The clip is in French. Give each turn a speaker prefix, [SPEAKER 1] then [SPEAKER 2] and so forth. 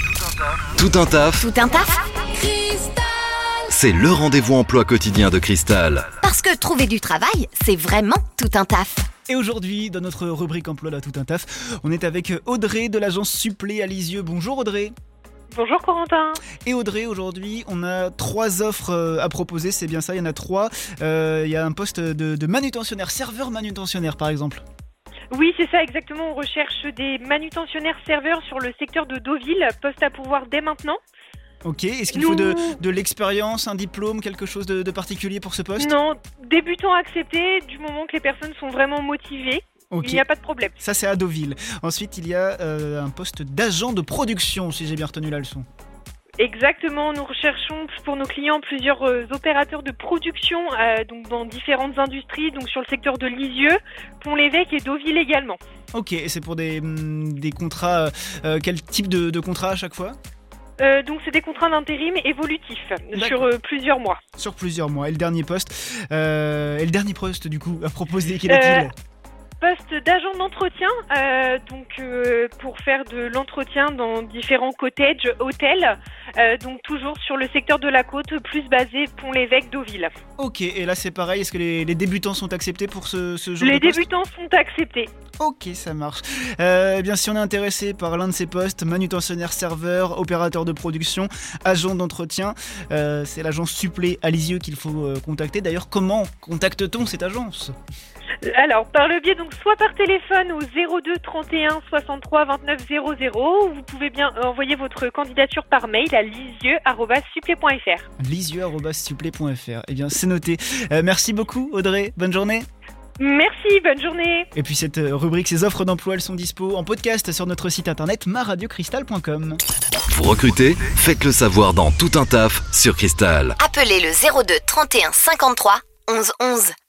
[SPEAKER 1] Tout un taf,
[SPEAKER 2] Tout un taf
[SPEAKER 1] c'est le rendez-vous emploi quotidien de Cristal.
[SPEAKER 2] Parce que trouver du travail, c'est vraiment tout un taf.
[SPEAKER 3] Et aujourd'hui, dans notre rubrique emploi là tout un taf, on est avec Audrey de l'agence Supplé à Lisieux. Bonjour Audrey.
[SPEAKER 4] Bonjour Corentin.
[SPEAKER 3] Et Audrey, aujourd'hui, on a trois offres euh, à proposer, c'est bien ça, il y en a trois. Euh, Il y a un poste de, de manutentionnaire, serveur manutentionnaire par exemple.
[SPEAKER 4] Oui, c'est ça exactement. On recherche des manutentionnaires serveurs sur le secteur de Deauville, poste à pouvoir dès maintenant.
[SPEAKER 3] Ok, est-ce qu'il
[SPEAKER 4] Nous-
[SPEAKER 3] faut de, de l'expérience, un diplôme, quelque chose de, de particulier pour ce poste
[SPEAKER 4] Non, débutants acceptés du moment que les personnes sont vraiment motivées, il
[SPEAKER 3] Ok.
[SPEAKER 4] n'y a pas de problème.
[SPEAKER 3] Ça, c'est à Deauville. Ensuite, il y a euh, un poste d'agent de production, si j'ai bien retenu la leçon.
[SPEAKER 4] Exactement, nous recherchons pour nos clients plusieurs euh, opérateurs de production euh, donc dans différentes industries, donc sur le secteur de Lisieux, Pont-l'Évêque et Deauville également.
[SPEAKER 3] Ok, et c'est pour des, hum, des contrats. euh, euh, quel type de, de contrat à chaque fois
[SPEAKER 4] Euh, donc c'est des contrats d'intérim évolutifs sur euh, plusieurs mois.
[SPEAKER 3] Sur plusieurs mois. Et le dernier poste euh, Et le dernier poste, du coup, à proposer, quel est-il
[SPEAKER 4] poste d'agent d'entretien, euh, donc euh, pour faire de l'entretien dans différents cottages, hôtels, euh, donc toujours sur le secteur de la côte, plus basé Pont-l'Évêque, Deauville.
[SPEAKER 3] Ok, et là, c'est pareil. Est-ce que les, les débutants sont acceptés pour ce, ce genre
[SPEAKER 4] Les
[SPEAKER 3] de poste
[SPEAKER 4] débutants sont acceptés.
[SPEAKER 3] Ok, ça marche. Euh, eh bien, si on est intéressé par l'un de ces postes, manutentionnaire serveur, opérateur de production, agent d'entretien, euh, c'est l'agence supplé à Lisieux qu'il faut euh, contacter. D'ailleurs, comment contacte-t-on cette agence
[SPEAKER 4] Alors, par le biais, donc soit par téléphone au 02 31 63 29 00, ou vous pouvez bien envoyer votre candidature par mail à lisieux.supplé.fr.
[SPEAKER 3] Lisieux.supplé.fr. Eh bien, c'est noté. Euh, merci beaucoup, Audrey. Bonne journée.
[SPEAKER 4] Merci, bonne journée.
[SPEAKER 3] Et puis, cette euh, rubrique, ces offres d'emploi, elles sont dispo en podcast sur notre site internet maradiocristal.com.
[SPEAKER 1] Vous recrutez Faites le savoir dans Tout un taf sur Cristal.
[SPEAKER 2] Appelez le 02 31 53 11 11.